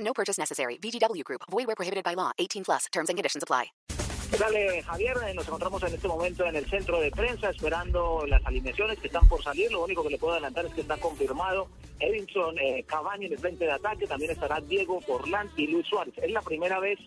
No purchase necessary. VGW Group. Void where prohibited by law. 18 plus. Terms and conditions apply. ¿Qué tal, eh, Javier? Eh, Nos encontramos en este momento en el centro de prensa esperando las alineaciones que están por salir. Lo único que le puedo adelantar es que está confirmado Edinson eh, Cavani en el frente de ataque. También estará Diego Forlán y Luis Suárez. Es la primera vez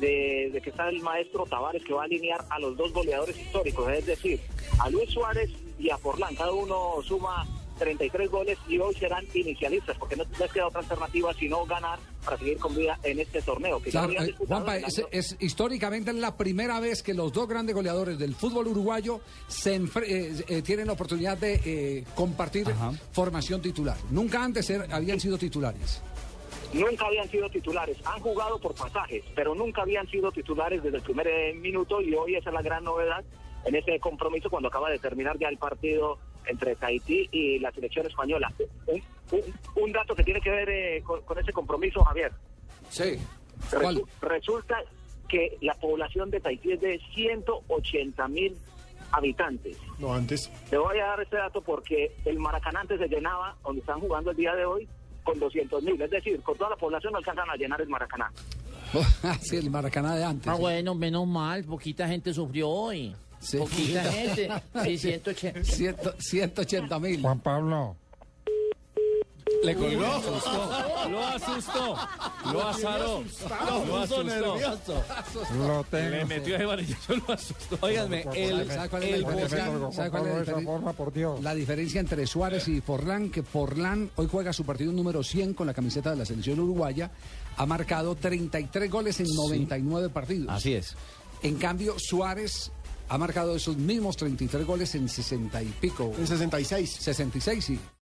de, de que está el maestro Tavares que va a alinear a los dos goleadores históricos, es decir, a Luis Suárez y a Forlán. Cada uno suma 33 goles y hoy serán inicialistas, porque no les queda otra alternativa sino ganar para seguir con vida en este torneo. Que ya Claro, habían eh, disputado Juanpa, en el es, año- es históricamente la primera vez que los dos grandes goleadores del fútbol uruguayo se enfre- eh, eh, tienen la oportunidad de eh, compartir formación titular. Nunca antes er- habían sido titulares. Nunca habían sido titulares, han jugado por pasajes, pero nunca habían sido titulares desde el primer eh, minuto y hoy esa es la gran novedad en este compromiso cuando acaba de terminar ya el partido entre Tahití y la selección española. Un, un- un dato que tiene que ver eh, con, con ese compromiso, Javier. Sí. Resu- ¿Cuál? Resulta que la población de Tahití es de 180 mil habitantes. No, antes. Le voy a dar este dato porque el Maracaná antes se llenaba, donde están jugando el día de hoy, con 200 mil. Es decir, con toda la población no alcanzan a llenar el Maracaná. Ah, sí, el Maracaná de antes. Ah, bueno, menos mal, poquita gente sufrió hoy. Sí. Poquita gente. Sí, 180. Ciento- 180 mil. Juan Pablo. Le colgó. Lo asustó, lo azaró, lo asustó. Lo tengo. Le metió ese varillazo, lo asustó. Óiganme, el, ¿Sabe cuál es la el diferencia? Boca- ¿Sabe cuál es la diferencia? por Dios. La diferencia entre Suárez y Forlán, que Forlán hoy juega su partido número 100 con la camiseta de la selección uruguaya, ha marcado 33 goles en 99 partidos. Así es. En cambio, Suárez ha marcado esos mismos 33 goles en 60 y pico. En 66. 66, sí.